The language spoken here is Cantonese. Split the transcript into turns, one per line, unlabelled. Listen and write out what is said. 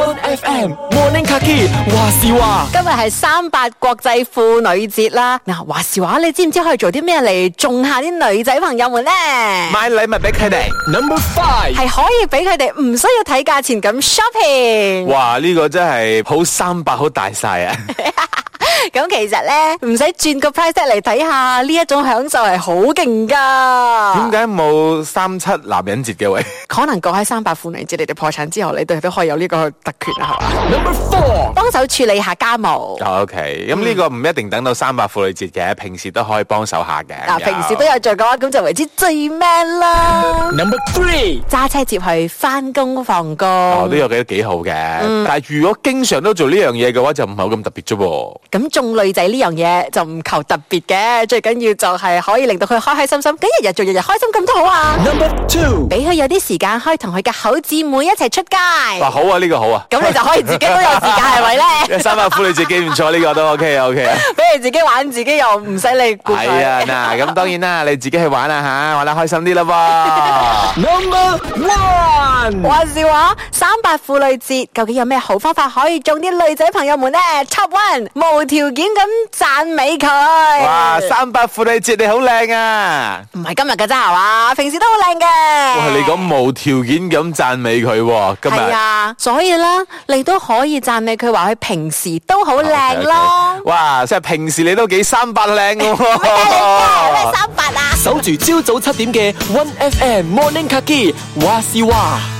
M Morning Kaki 話事話
今日係三八國際婦女節啦，嗱話時話，你知唔知可以做啲咩嚟種下啲女仔朋友們呢？
買禮物俾佢哋。
，Number Five
係可以俾佢哋唔需要睇價錢咁 shopping。
哇！呢、個真係好三百，好大晒 啊！
咁其實呢，唔使轉個 price tag 嚟睇下，呢一種享受係好勁噶
啊
點。解冇三七男人節嘅喂？
可能過喺三八婦女節，你哋破產之後，你哋都可以有呢個特權啊，係嘛？
，Number Four 嗯
幫手處理下家務。
O K，咁哦呢個唔一定等到三八婦女節嘅，平時都可以幫手下嘅。
啊
嗱，平時都有做嘅話，咁就為之最 man 啦。
，Number Three
揸車接去翻工放工，
哦，都有幾幾好嘅。
嗯
但係如果經常都做呢樣嘢嘅話，就唔係好咁特別啫噃。
咁中女仔呢樣嘢就唔求特別嘅，最緊要就係可以令到佢開開心心，咁日日做日日開心咁都好啊！
，Number Two，
俾佢有啲時間可以同佢嘅好姊妹一齊出街，
哇，好啊，呢個好啊，
咁你就可以自己都有時間，係咪咧？
三八婦女節幾唔錯，呢個都 O K O K 啊。
俾佢自己玩，自己又唔使你顧
係啊，
佢。
嗱，咁當然啦，你自己去玩啦吓， 玩得開心啲啦
Number One，
話是話，三八婦女節究竟有咩好方法可以中啲女仔朋友們呢 Top one，無條件咁讚美佢。
噃。哇，三八婦女節你好靚啊！
唔係今日嘅啫係嘛，平時都好靚嘅。
哇，你講無條件咁讚美佢喎，今
係
日。
啊，所以啦，你都可以讚美佢話佢平時都好靚
OK，OK
咯。哎
哇！即係平時你都幾三百靚嘅
咩嚟㗎咩
喎。
三八啊？
守住朝早七點嘅 One FM Morning Kaki，話事話。